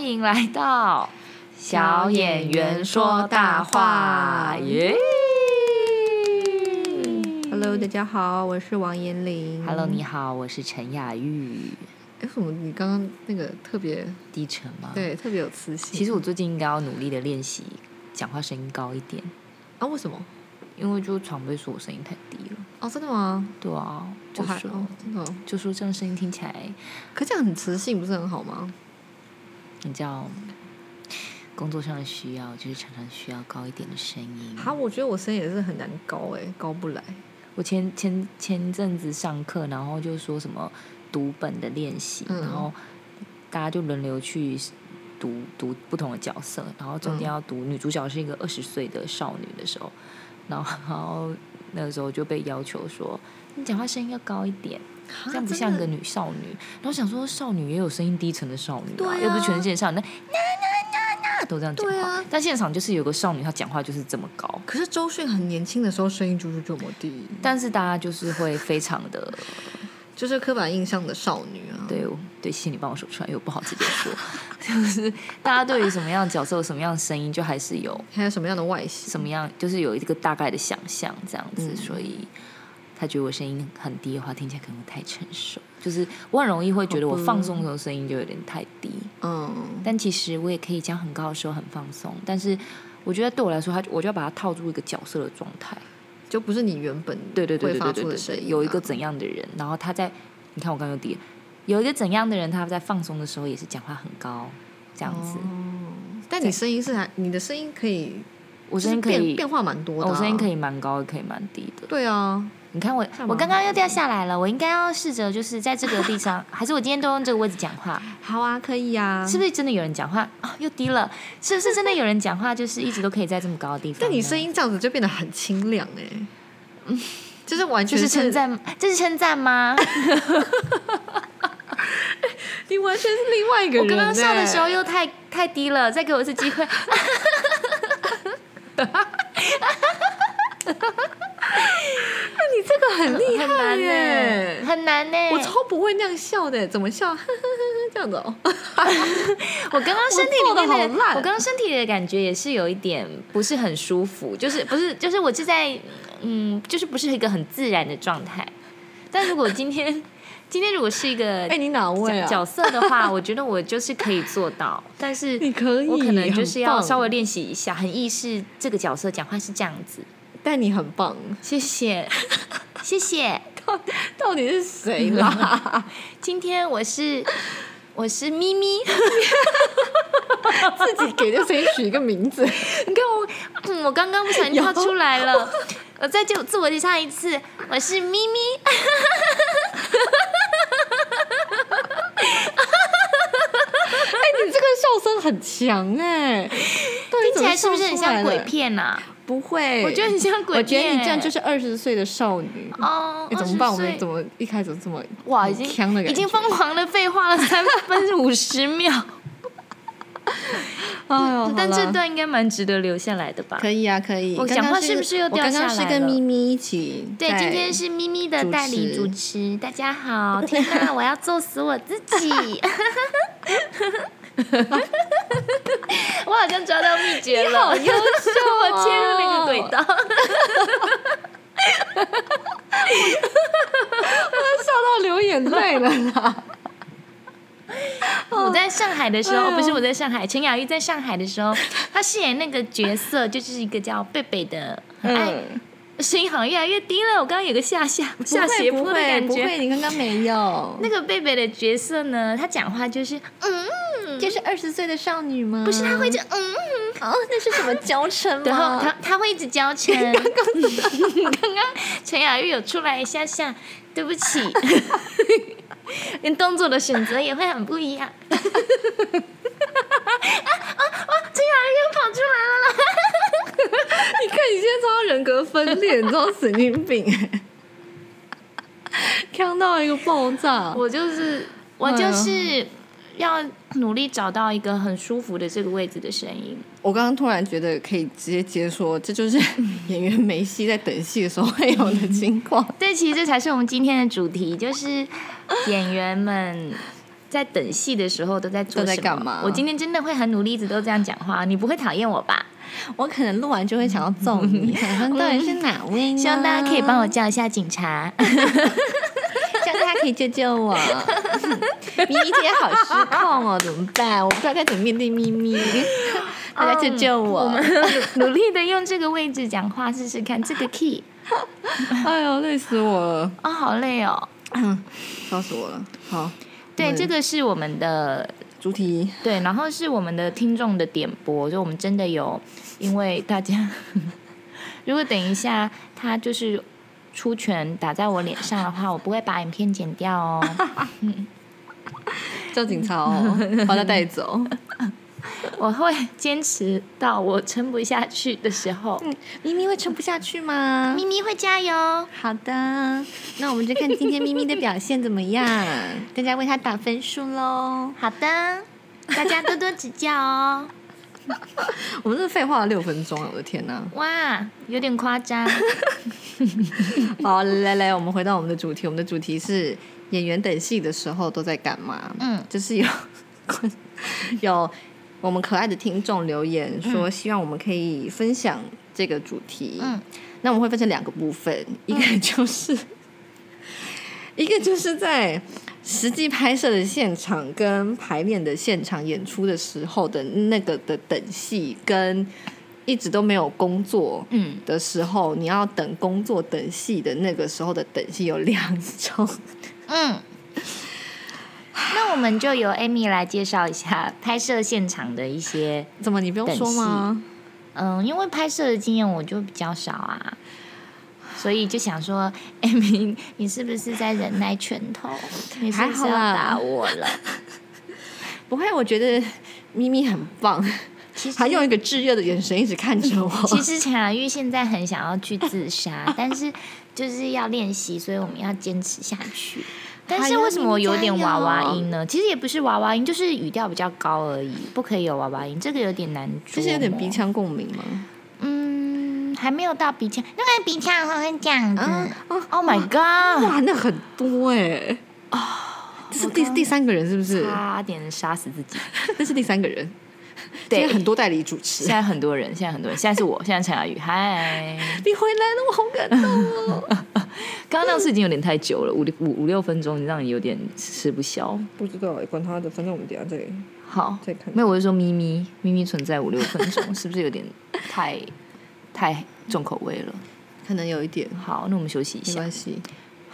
迎来到小演员说大话耶 Hello，大家好，我是王彦霖。 ！Hello，你好，我是陈雅玉，哎，怎么你刚刚那个特别低沉吗？，对特别有磁性？啊其实我最近应该要努力的练习讲话声音高一点，啊，为什么？因为就常被说我声音太低了。哦，真的吗？对啊，我就还说、哦，真的哦、就说这样声音听起来，可这样很磁性，不是很好吗？你知道。工作上的需要就是常常需要高一点的声音。哈，我觉得我声音也是很难高哎、高不来。我前前前阵子上课，然后就说什么读本的练习，嗯然后大家就轮流去读读不同的角色，然后中间嗯要读女主角是一个二十岁的少女的时候，然后然后那个时候就被要求说你讲话声音要高一点，哈这样不啊真像的个女少女。然后想说少女也有声音低沉的少女、啊，对啊又不是全世界少女那那那那都这样讲对话，啊但现场就是有个少女她讲话就是这么高。可是周迅很年轻的时候声音就是这么低，但是大家就是会非常的就是刻板印象的少女啊。对，我对，谢谢你帮我说出来，因为我不好直接说。 就是大家对于什么样的角色、什么样的声音，就还是有还有什么样的外形？什么样，就是有一个大概的想象这样子。嗯所以他觉得我声音很低的话，听起来可能太成熟。就是我很容易会觉得我放松的时候声音就有点太低，嗯，但其实我也可以讲很高的时候很放松。但是我觉得对我来说，他我就要把它套住一个角色的状态。就不是你原本对对对对会发对出对的对声音、啊对，有一个怎样的人，然后他在，你看我刚刚又低了，有一个怎样的人，他在放松的时候也是讲话很高，这样子，哦、但你声音是还，你的声音可以，我我声音可以，变化蛮多的、啊哦我声音可以。以蛮高，也可以蛮低的。对啊，你看我，蛮我刚刚又嗯掉下来了，我应该要试着就是在这个地上，还是我今天都用这个位置讲 话？好啊，可以啊。是不是真的有人讲话？哦，又低了，是不是真的有人讲话就是一直都可以在这么高的 地方呢？但你声音这样子就变得很清凉哎、嗯， 就是完这全是称，赞，这是称赞 吗？你完全是另外一个我人、欸啊刚刚笑的时候，又太太低了，再给我一次机会。你这个很 厉害、很难欸呢、耶很难呢、我超不会那样笑的、欸怎么笑？ 呵呵呵这样子哦、我刚刚身体里面我做得的，好烂我刚刚身体里的感觉也是有一点不是很舒服，就是不是就是我是在嗯，就是不是一个很自然的状态。但如果今天 今天如果是一个哎、你哪位角啊？角色的话， 我觉得我就是可以做到，但是你可以我可能就是要很棒稍微练习一下，很意识这个角色讲话是这样子。但你很棒，谢 谢，谢谢。到底是谁啦？ 今天我是我是咪咪， 自己给这声音取一个名字，你看我，嗯我刚刚不小心跳出来了，我再就自我介绍一次，我是咪咪， 你这个笑声很强哎、听听起来是不是很像鬼？片呐、不会，我觉得很像鬼片我觉得你这样就是二十岁的少女。哦，哎，怎么办？我们怎么一开始这么20岁哇，已很强的经感已经觉疯狂的废话了三分五十秒，哎呦，但 好这啦段应该蛮值得留下来的吧？可以啊，可以。我刚刚讲话是不是又掉我下刚刚是来跟了咪咪一起在。对，今 天是咪咪的主代理持主持，大家好，天哪，我要揍死我自 己！我好像抓到秘诀了，好优秀、我切入那个轨道， 笑到流眼泪了 啦。我在上海的时候，哦哎呦不是我在上海，陈雅玉在上海的时候，她饰演那个角色就是一个叫贝贝的，很爱嗯，声音好像越来越低了。我刚刚有个下下下斜不坡的会，感不觉。会，你刚刚没有。那个贝贝的角色呢，她讲话就是嗯，就是二十岁的少女吗？不是她会就嗯，哦，那是什么娇 嗔吗？然后她她会一直娇嗔。嗯 刚刚刚刚陈雅玉有出来一下下，对不起，连 动作的选择也会很不一样。 啊啊啊！陈雅玉又跑出来了啦！你看你现在超人格分裂，你知道神经病哎、看到一个爆炸。我就是嗯我就是要努力找到一个很舒服的这个位置的声音。我刚刚突然觉得可以直接接说，这就是演员梅西在等戏的时候会有的情况。对，其实这才是我们今天的主题，就是演员们在等戏的时候都在做都在什么干嘛我今天真的会很努力，一直都这样讲话，你不会讨厌我吧？我可能录完就会想要揍你，想说到底是哪位呢？希望大家可以帮我，叫一下警察。 希望大家可以救救我。咪咪今天好失控哦，怎么办？我不知道该怎么面对咪咪，大家救救嗯我！努力的用这个位置讲话试试看，这个 key 哎呦，累死我了，啊、好累哦。嗯笑死我了。好，对，嗯这个是我们的主题对，然后是我们的听众的点播，就我们真的有，因为大家 如果等一下他就是出拳打在我脸上的话，我不会把影片剪掉 哦。叫警察 哦，把他带走。我会坚持到我撑不下去的时候。咪咪会撑不下去吗咪咪会加油，好的，那我们就看今天咪咪的表现怎么样，大家为他打分数喽。好的，大家多多指教哦。我们这废话了六分钟啊，我的天哪！ 哇，有点夸 张。好，来来，我们回到我们的主题，我们的主题是演员等戏的时候都在干嘛？嗯就是有 有我们可爱的听众留言说，希望我们可以分享这个主题。嗯，那我们会分成两个部分，一个就是、 一个就是在实际拍摄的现场跟排练的现场演出的时候的那个的等戏，跟一直都没有工作嗯，的时候，你要等工作等戏的那个时候的等戏有两 种。 嗯，那我们就由 Amy 来介绍一下拍摄现场的一些，怎么你不用说吗？嗯，因为拍摄的经验我就比较少啊，所以就想说，Amy，你是不是在忍耐拳头？你是不是还好要啦打我了？不会，我觉得咪咪很棒，其实还用一个炙热的眼神一直看着我。其实陈雅玉现在很想要去自杀，但是就是要练习，所以我们要坚持下去。但哎是为什么我有点娃娃音呢？其实也不是娃娃音，就是语调比较高而已，不可以有娃娃音，这个有点难捉摸。就是有点鼻腔共鸣吗？嗯，还没有到鼻腔，那个鼻腔会这样子。啊啊 oh my god！哇，那很多哎、欸！啊，这是第第三个人是不是？差点杀死自己。那是第三个人。对今天很多代理主持现。在很多人，现在很多人，现在是我，现在陈雅宇，嗨！你回来了，我好感动哦！刚刚那个事情有点太久了，五五五六分钟，让你有点吃不消。 不知道哎、管他的，反正我们等一下再好，再看没有，我是说咪咪，咪咪存在五六分钟， 是不是有点太太重口味了？可能有一点，好，那我们休息一没下。关系。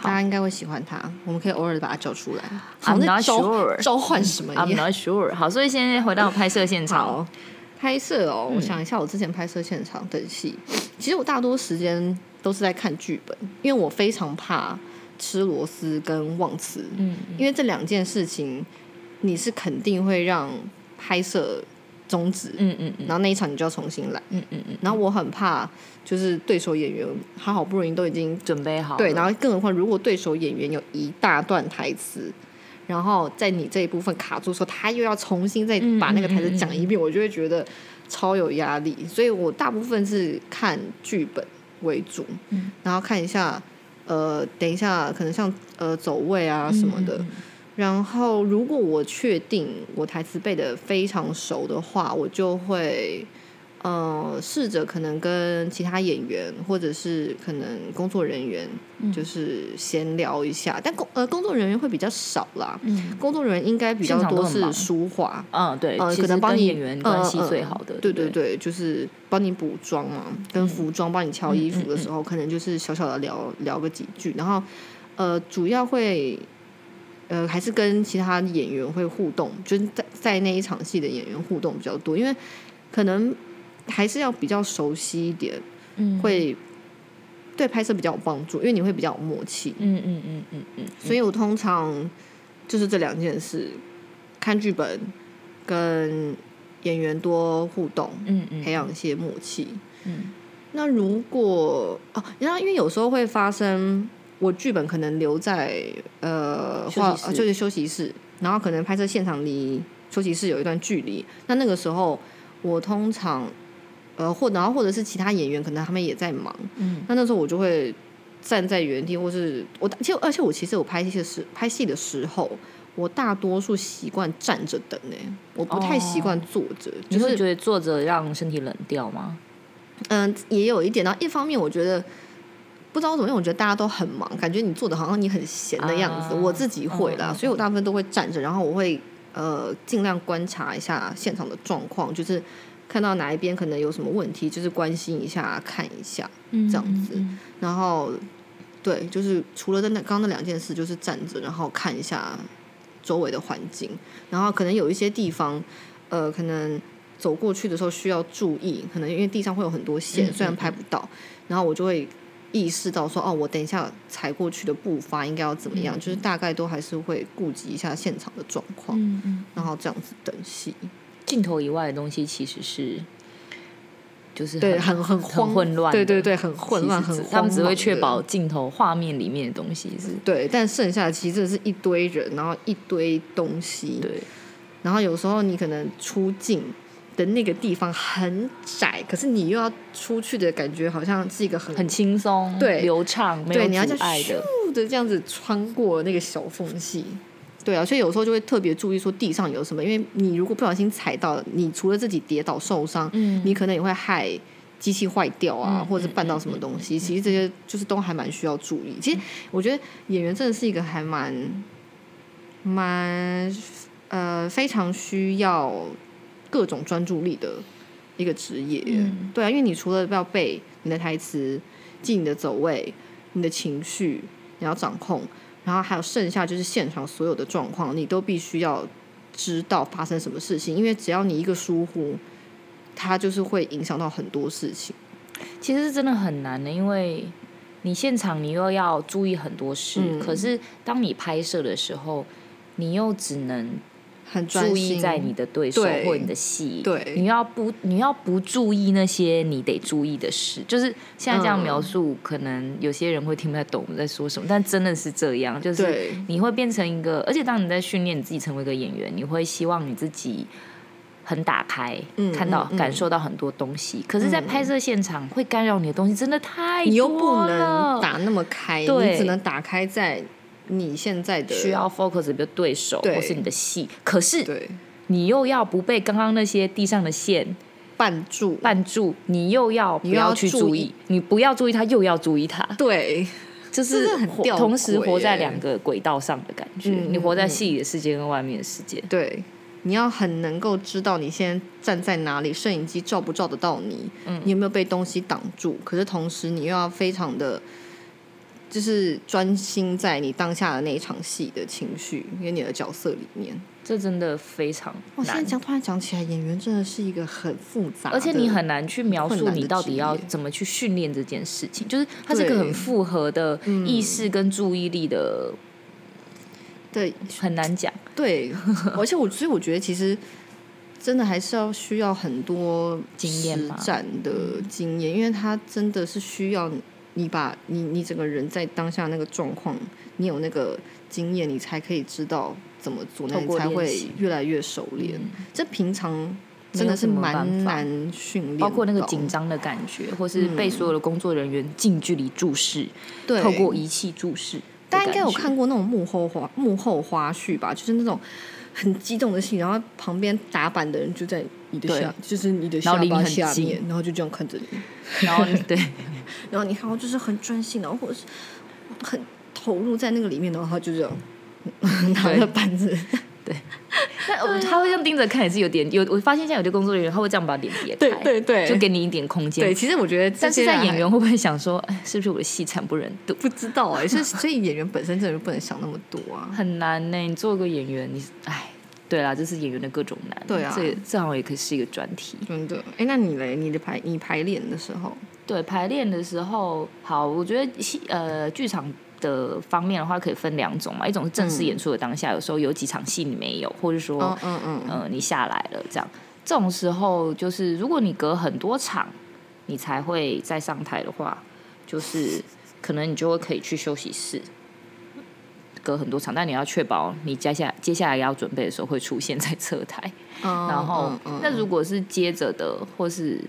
大家应该会喜欢他，我们可以偶尔把他叫出来。好 I'm 像在 not 召 sure 召唤什么一 I'm 样？ not sure。好，所以现在回到拍摄现场好，，拍摄哦，我想一下，我之前拍摄现场等戏，其实我大多时间都是在看剧本，因为我非常怕吃螺丝跟忘词，嗯，因为这两件事情你是肯定会让拍摄终止，嗯嗯嗯然后那一场你就要重新来，嗯嗯嗯，然后我很怕就是对手演员，他好不容易都已经准备好了。对，然后更何况如果对手演员有一大段台词，然后在你这一部分卡住的时候，他又要重新再把那个台词嗯讲一遍，我就会觉得超有压力。所以我大部分是看剧本为主，嗯然后看一下，呃，等一下可能像呃走位啊什么嗯的。嗯然后，如果我确定我台词背的非常熟的话，我就会呃试着可能跟其他演员或者是可能工作人员，嗯就是闲聊一下。但工呃工作人员会比较少啦，嗯工作人员应该比较现场都多很是忙书画，嗯，对，呃，其可实能帮跟你演员关系嗯嗯最好的，对对对不对，嗯对，就是帮你补妆嘛，跟服装帮你挑衣服的时候，可能就是小小的聊聊个几句，然后呃，主要会呃还是跟其他演员会互动，就是在在那一场戏的演员互动比较多，因为可能还是要比较熟悉一点，嗯会对拍摄比较有帮助，因为你会比较有默契。嗯嗯嗯嗯嗯，所以我通常就是这两件事：看剧本跟演员多互动，嗯嗯培养一些默契。嗯，那如果哦，然后因为有时候会发生，我剧本可能留在呃休息化室呃就是休息室，然后可能拍摄现场离休息室有一段距离，那那个时候我通常呃或然后或者是其他演员可能他们也在忙，嗯，那那时候我就会站在原地，或是我其实而且我其实我拍戏的时拍戏的时候，我大多数习惯站着等诶、我不太习惯坐着，哦你就会是觉得坐着让身体冷掉吗？嗯，也有一点。然后一方面，我觉得不知道怎么，因为我觉得大家都很忙，感觉你坐的好像你很闲的样子。啊我自己会啦，嗯嗯所以我大部分都会站着，然后我会呃尽量观察一下现场的状况，就是看到哪一边可能有什么问题，就是关心一下，看一下。这样子嗯然后对，就是除了那刚刚那两件事，就是站着，然后看一下周围的环境，然后可能有一些地方，呃，可能走过去的时候需要注意，可能因为地上会有很多线，嗯虽然拍不到，然后我就会。意识到说哦，我等一下踩过去的步伐应该要怎么嗯样，就是大概都还是会顾及一下现场的状况，嗯嗯然后这样子等戏，镜头以外的东西其实是，就是对，很很很慌混乱的对对对，很混乱，其很实只慌他们只会忙确的保镜头画面里面的东西是对，但剩下的其实真的是一堆人，然后一堆东西，对，然后有时候你可能出镜的那个地方很窄，可是你又要出去的感觉好像是一个很很轻松、嗯对流畅、没对有你要阻这样碍的。咻的这样子穿过那个小缝隙。对啊，所以有时候就会特别注意说地上有什么，因为你如果不小心踩到了，你除了自己跌倒受伤，嗯你可能也会害机器坏掉啊，嗯或者是绊到什么东西。其实这些就是都还蛮需要注意。其实我觉得演员真的是一个还蛮蛮呃非常需要各种专注力的一个职业。嗯对啊，因为你除了要背你的台词、记你的走位、你的情绪，你要掌控，然后还有剩下就是现场所有的状况，你都必须要知道发生什么事情，因为只要你一个疏忽，它就是会影响到很多事情。其实是真的很难的，因为你现场你又要注意很多事，嗯可是当你拍摄的时候，你又只能很专注心意在你的对手对或你的戏，对你要不你要不注意那些你得注意的事，就是现在这样嗯描述，可能有些人会听不太懂我们在说什么，但真的是这样，就是对你会变成一个，而且当你在训练你自己成为一个演员，你会希望你自己。很打开，嗯看到、嗯嗯嗯感受到很多东西，可是，在拍摄现场会干扰你的东西真的太多了。你又不能打那么开，对你只能打开在你现在的需要 focus 比如对手对或是你的戏，可是对你又要不被刚刚那些地上的线绊住，绊住，你又要不你又要去注注意意，你不要注意他，又要注意他，对就真的是很活吊诡同时活在耶两个轨道上的感觉，嗯你活在嗯戏里的世界跟外面的世界。对。你要很能够知道你现在站在哪里，摄影机照不照得到你，嗯你有没有被东西挡住？可是同时你又要非常的，就是专心在你当下的那一场戏的情绪跟你的角色里面。这真的非常我现在难，讲突然讲起来，演员真的是一个很复杂的，而且你很难去描困述难的你到底要职业怎么去训练这件事情，就是它是一个对很复合的嗯意识跟注意力的，对很难讲。对， 而且我所以我觉得其实真的还是要需要很多经验实吧战的经验，因为它真的是需要你把你你整个人在当下那个状况，你有那个经验，你才可以知道怎么做，那透你过才练会习嗯越来越熟练。这平常真没的有是什么蛮办法难训练到，包括那个紧张的感觉，或是被所有的工作人员近距离注视，嗯对，透过仪器注视的大感家觉。应该有看过那种幕后花幕后花絮吧，就是那种很激动的戏，然后旁边打板的人就在你的对下，就是你的然下后离你巴很下近面，然后就这样看着你，然后对，然后你看，我就是很专心，然后或者是很投入在那个里面，然后他就这样拿着板子，那啊我他会这样盯着看也是有点有，我发现现在有些工作人员他会这样把脸别开，对对对，就给你一点空对。间。其实我觉得，啊但是在演。员会不会想说，哎是不是我的戏惨不忍睹？不知道哎、所以所以演员本身真的就不能想那么多啊。很难呢、你做个演员，你哎，对啦，这是演员的各种难。对啊这这好像也可以是一个专题。真的，哎、那你嘞？你的排你排练的时候，对，排练的时候，好，我觉得戏呃剧场的方面的话，可以分两种嘛，一种是正式演出的当下，有时候有几场戏你没有，或者说、嗯嗯嗯，呃你下来了这样，这种时候就是如果你隔很多场，你才会再上台的话，就是可能你就会可以去休息室。隔很多场，但你要确保你接下来接下来要准备的时候会出现在侧台。嗯然后嗯嗯，那如果是接着的，或是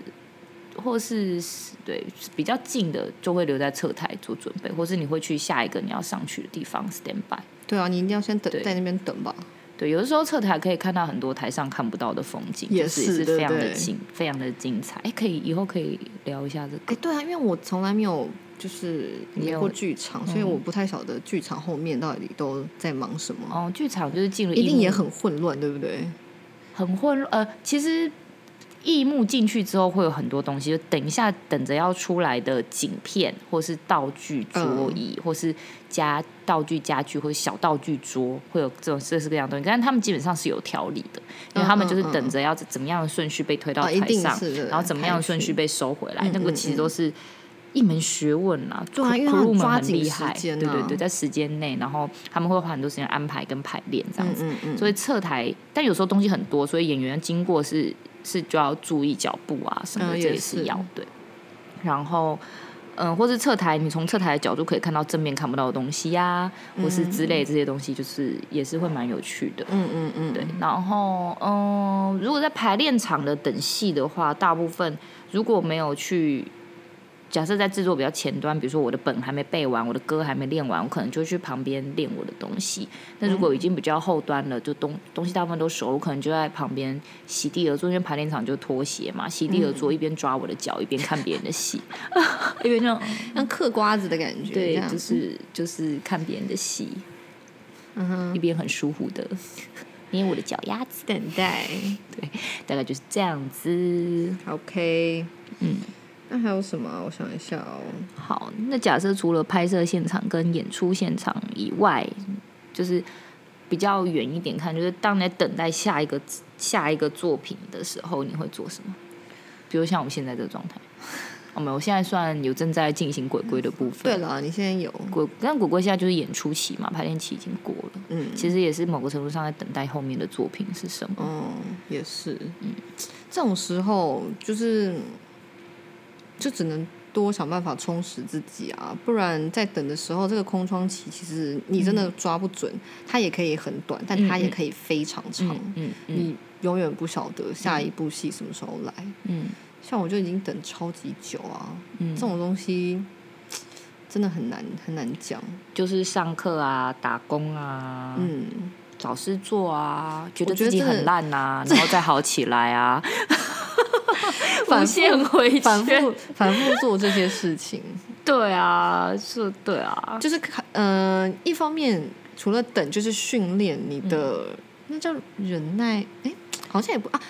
或是对比较近的，就会留在侧台做准备，或是你会去下一个你要上去的地方 stand by。对啊，你一定要先等对在那边等吧。对，有的时候侧台可以看到很多台上看不到的风景，也就是是也对非常的对精，非常的精彩。哎，可以以后可以聊一下这哎、个。对啊，因为我从来没有就是没演有嗯过剧场，所以我不太晓得剧场后面到底都在忙什么，哦，剧场就是进了一定幕也很混乱，对不对？很混乱。呃，其实异幕进去之后会有很多东西，就等一下等着要出来的景片，或是道具桌嗯椅，或是家道具家具，或者小道具桌，会有这种各式各样的东西。但是他们基本上是有条理的，因为他嗯们就是等着要怎么样的顺序被推到啊，一台定上，是的。然后怎么样的顺序排被收回来嗯，那个其实都是一门学问啦。对啊 crew- 因为他们 crew 们抓很紧厉时害，间对对啊对，在时间内，然后他们会花很多时间安排跟排练这序？样嗯子。嗯嗯，所以侧台，但有时候东西很多，所以演员经过是是就要注意脚步啊什么的，嗯这也也是是要对。然后，嗯，或是侧台，你从侧台的角度可以看到正面看不到的东西呀、或是之类这些东西，就是也是会蛮有趣的。嗯嗯嗯，对，然后嗯，如果在排练场的等戏的话，大部分如果没有去，假设在制作比较前端，比如说我的本还没背完，我的歌还没练完，我可能就去旁边练我的东西。那如嗯果已经比较后端了，就东东西大部分都熟，我可能就在旁边席地而坐，因为排练场就脱鞋嘛，席地而坐，嗯一边抓我的脚，一边看别人的 戏，一边就像嗑瓜子的感觉，这对，样就是就是看别人的戏，嗯一哼，边很舒服的捏我的脚丫子。等待。 大概就是这样子。 OK，嗯，那还有什么啊？我想一下哦。好，那假设除了拍摄现场跟演出现场以外，就是比较远一点看，就是当你在等待下一个下一个作品的时候，你会做什么？比如像我们现在这个状态，哦，没有，我现在算有正在进行鬼鬼的部分。对，了，你现在有，鬼，但鬼鬼现在就是演出期嘛，排练期已经过了。嗯，其实也是某个程度上在等待后面的作品是什么。哦，也是，嗯这种时候就是就只能多想办法充实自己啊，不然在等的时候，这个空窗期其实你真的抓不准，它也可以很短，但它也可以非常长，嗯嗯你永远不晓得下一部戏什么时候来。嗯像我就已经等超级久啊，嗯这，种东西真的很难很难讲，就是上课啊、打工啊，嗯。找事做啊，觉得得自自己己很很烂啊，然后再好起来 啊， 无限回反圈复反复做这些事情，对啊，是，对啊，就是嗯、呃，一方面除了等，就是训练你的、那叫忍耐，哎、好像也不啊，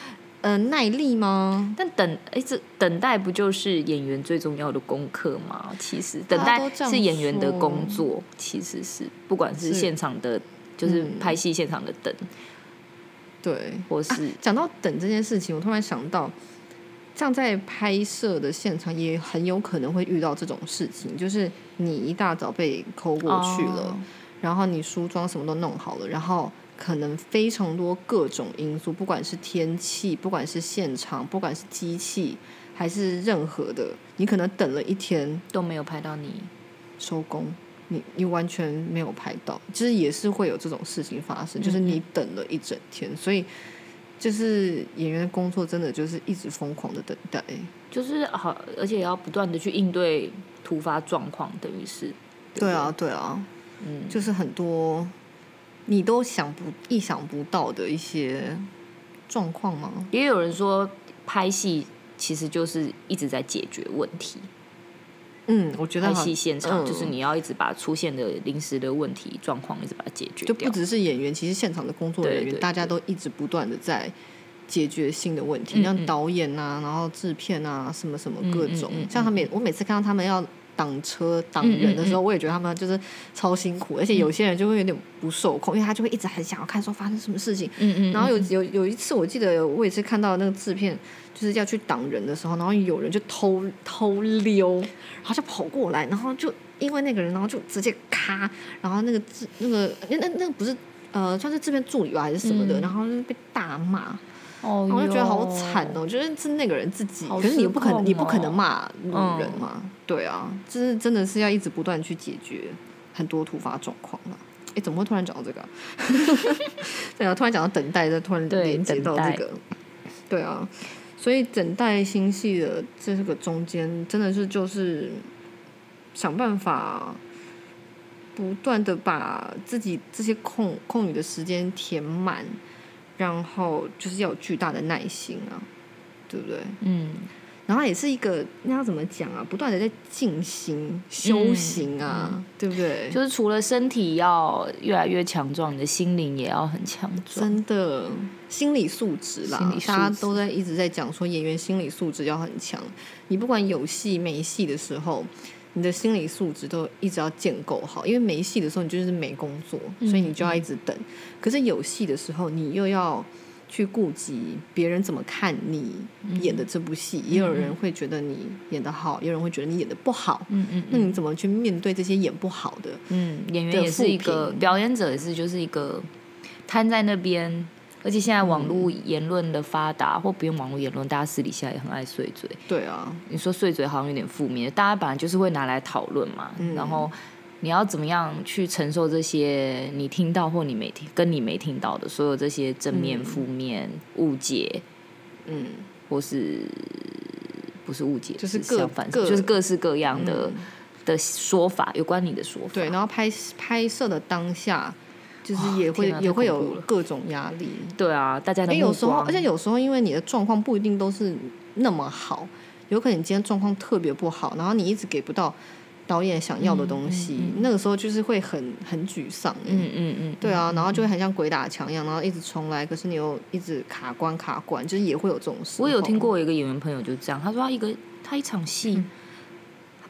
呃，耐力吗？但等哎，这等待不就是演员最重要的功课吗？其实大等家都待这样是演员的说工作，其实是不管是是现场的，就是嗯拍戏现场的等，对。或是讲到等这件事情，我突然想到，这样在拍摄的现场也很有可能会遇到这种事情，就是你一大早被抠过去了，哦然后你梳妆什么都弄好了，然后可能非常多各种因素，不管是天气，不管是现场，不管是机器，还是任何的，你可能等了一天都没有拍到你，收工，你你完全没有拍到，就是也是会有这种事情发生，就是你等了一整天，所以就是演员的工作真的就是一直疯狂的等待，就是好，而且要不断的去应对突发状况，等于是对啊，对啊，嗯，就是很多你都想不意想不到的一些状况吗？也有人说拍戏其实就是一直在解决问题，嗯，我觉得拍好戏现场嗯就是你要一直把出现的临时的问题状况一直把它解决就掉，不只是演员，其实现场的工作人员对对对大家都一直不断的在解决新的问题，嗯像嗯导演啊，然后制片啊，什么什么各种，嗯嗯嗯嗯像他们也，我每次看到他们要。挡车挡人的时候，我也觉得他们就是超辛苦，而且有些人就会有点不受控，因为他就会一直很想要看说发生什么事情，嗯嗯，然后有有有一次，我记得我也是看到那个制片，就是要去挡人的时候，然后有人就偷偷溜，然后就跑过来，然后就因为那个人，然后就直接咔，然后那个制那个那那那个不是呃算是制片助理吧还是什么的，嗯然后就被大骂，哦然哟，后我就觉得好惨哦，就是是那个人自己，好可是你又不失可能控你不可哦嗯能骂路人嘛，对啊，就是真的是要一直不断去解决很多突发状况啊。哎，怎么会突然讲到这个啊、对啊，突然讲到等待，再突然对连接到等这待个，对啊，所以整代新戏的这个中间，真的是就是想办法不断的把自己这些空空余的时间填满，然后就是要有巨大的耐心啊，对不对？嗯，然后也是一个那要怎么讲啊？不断的在静心修行啊，对不对？就是除了身体要越来越强壮，你的心灵也要很强壮。真的心理素质啦，心理素质大家都在一直在讲说演员心理素质要很强。你不管有戏没戏的时候，你的心理素质都一直要建构好，因为没戏的时候你就是没工作，嗯所以你就要一直等。可是有戏的时候，你又要。去顾及别人怎么看你演的这部戏，嗯也有人会觉得你演的好，也有人会觉得你演的不好。嗯嗯那你怎么去面对这些演不好的？嗯，演的员也是负一个，评表演者也是，就是一个摊在那边。而且现在网络嗯言论的发达，或不用网络言论，大家私底下也很爱碎嘴。对啊，你说碎嘴好像有点负面，大家本来就是会拿来讨论嘛。嗯然后你要怎么样去承受这些你听到或你没听跟你没听到的所有这些正面、嗯负面、误解，嗯，或是不是误解，就是各相反，各就是各式各样的、嗯的说法，有关你的说法。对，然后拍拍摄的当下，就是也哇会、天啊也太会恐有怖了各种压力。对啊，大家因的为目有时候，光而且有时候，因为你的状况不一定都是那么好，有可能你今天状况特别不好，然后你一直给不到导演想要的东西，那个时候就是会很很沮丧。嗯嗯嗯，对啊，然后就会很像鬼打墙一样，然后一直重来，可是你又一直卡关卡关，就是也会有这嗯种事。我有听，过一个演员朋友就是这样，他说他一个他一场戏、他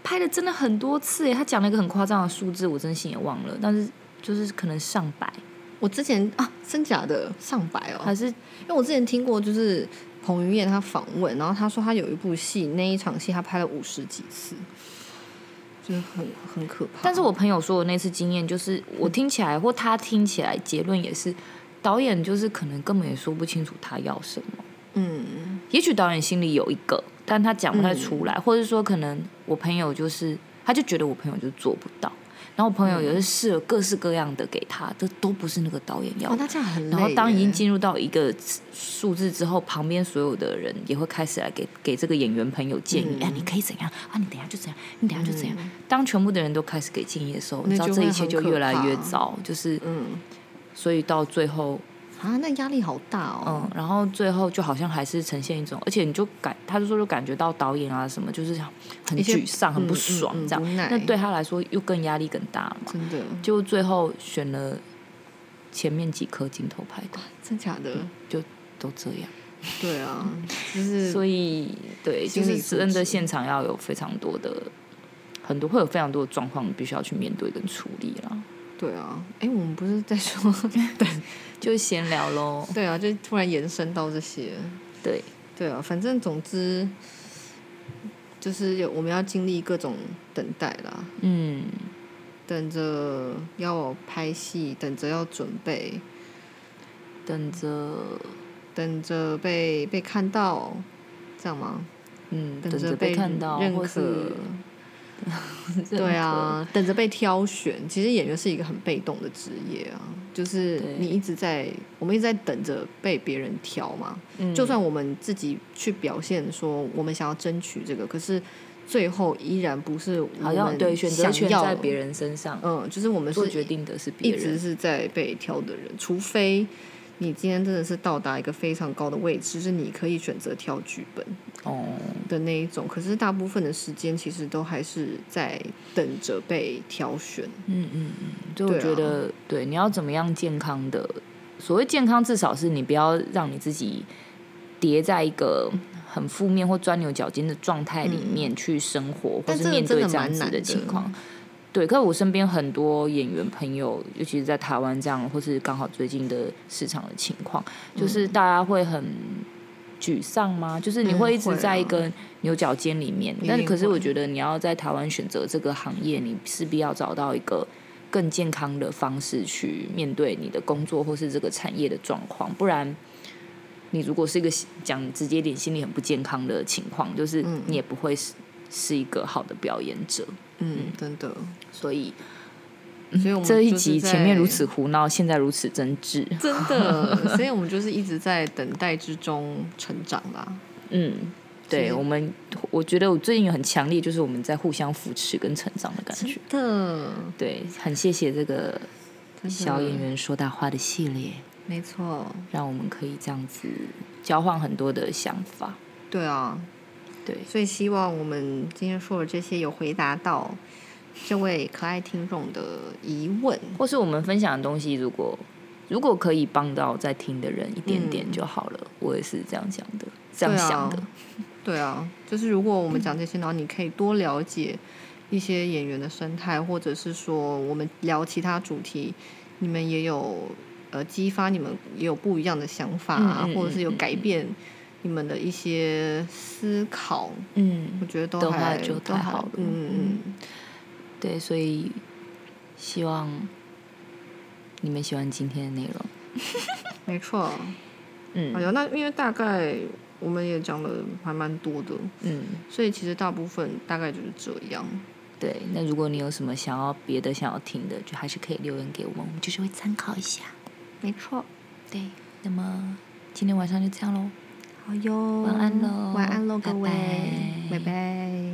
拍了真的很多次耶，他讲了一个很夸张的数字，我真心也忘了，但是就是可能上百我之前啊，真假的上百哦，还是因为我之前听过，就是彭于晏他访问，然后他说他有一部戏，那一场戏他拍了五十几次，就是很很可怕。但是我朋友说的那次经验，就是嗯我听起来或他听起来结论也是，导演就是可能根本也说不清楚他要什么。嗯，也许导演心里有一个，但他讲不太出来，或者说可能我朋友就是，他就觉得我朋友就做不到。然后我朋嗯友也是试了各式各样的给他，这都不是那个导演要哦，的。那这样很累耶。然后当已经进入到一个数字之后，旁边所有的人也会开始来给给这个演员朋友建议，嗯哎、你可以怎样啊？你等一下就怎样，你等一下就怎样。当全部的人都开始给建议的时候，那你知道就这会一切很就可越来越怕糟，就是嗯所以到最后，啊，那压力好大哦。嗯，然后最后就好像还是呈现一种，而且你就感，他就说就感觉到导演啊什么，就是很一些沮丧、很不爽嗯嗯这样无，奈那对他来说又更压力更大了嘛。真的，就最后选了前面几颗镜头拍的，真假的，就都这样。对啊，就是所以对，就心理是素真的质现场要有非常多的很多会有非常多的状况，你必须要去面对跟处理啦。对啊。哎，我们不是在说 就闲聊喽，对啊，就突然延伸到这些。 对，对啊，反正总之就是有我们要经历各种等待啦。嗯，等着要拍戏，等着要准备，等着，等着被被看到，这样吗？嗯，等等着被被看到，认或可 是，对啊，等着被挑选。其实演员是一个很被动的职业啊，就是对你一直在，我们一直在等着被别人挑嘛。嗯就算我们自己去表现说我们想要争取这个，可是最后依然不是我好像们对选择想权要在别，人身上，嗯，就是我们做是决定的是别一直人，是在被挑的人，除非你今天真的是到达一个非常高的位置，是你可以选择挑剧本哦，的那一种。可是大部分的时间其实都还是在等着被挑选。嗯嗯嗯，就我对啊觉得对，你要怎么样健康的，所谓健康，至少是你不要让你自己叠在一个。很负面或钻牛角尖的状态里面去生活，或嗯但是这面对个真的这样蛮子难的的情况，对，可是我身边很多演员朋友，尤其是在台湾这样，或是刚好最近的市场的情况，就是大家会很沮丧吗？就是你嗯会一直会啊在一个牛角尖里面。定但是可是我会觉得你要在台湾选择这个行业，你势必要找到一个更健康的方式去面对你的工作或是这个产业的状况，不然。你如果是一个心讲直接一点，心理很不健康的情况，就是嗯你也不会是是一个好的表演者，嗯，真的。所以 所以我们这一就是集在前面如 此胡闹，现在如此真挚。真的，所以我们就是一直在等待之中成长啦。嗯，对，是我们我觉得我最近有很强烈，就是我们在互相扶持跟成长的感觉。的，对，很谢谢这个小演员说大话的系列，没错，让我们可以这样子交换很多的想法。对啊，对，所以希望我们今天说的这些有回答到这位可爱听众的疑问。或是我们分享的东西，如果如果可以帮到在听的人一点点就好了，我也是这样想的，这啊样想的。对啊，就是如果我们讲这些，然后你可以多了解一些演员的生态，或者是说我们聊其他主题，你们也有呃激发你们也有不一样的想法啊，嗯嗯嗯或者是有嗯改变你们的一些思考，我嗯，觉得都的话还就都太还好了嗯嗯嗯，对，所以希望你们喜欢今天的内容。没错。哎嗯呀，那因为大概我们也讲了还蛮多的，嗯，所以其实大部分大概就是这样。对。那如果你有什么想要别的想要听的，就还是可以留言给我们，我们就是会参考一下。没错，对，那么今天晚上就这样喽。好哟，晚安喽晚安喽，各位，拜拜拜拜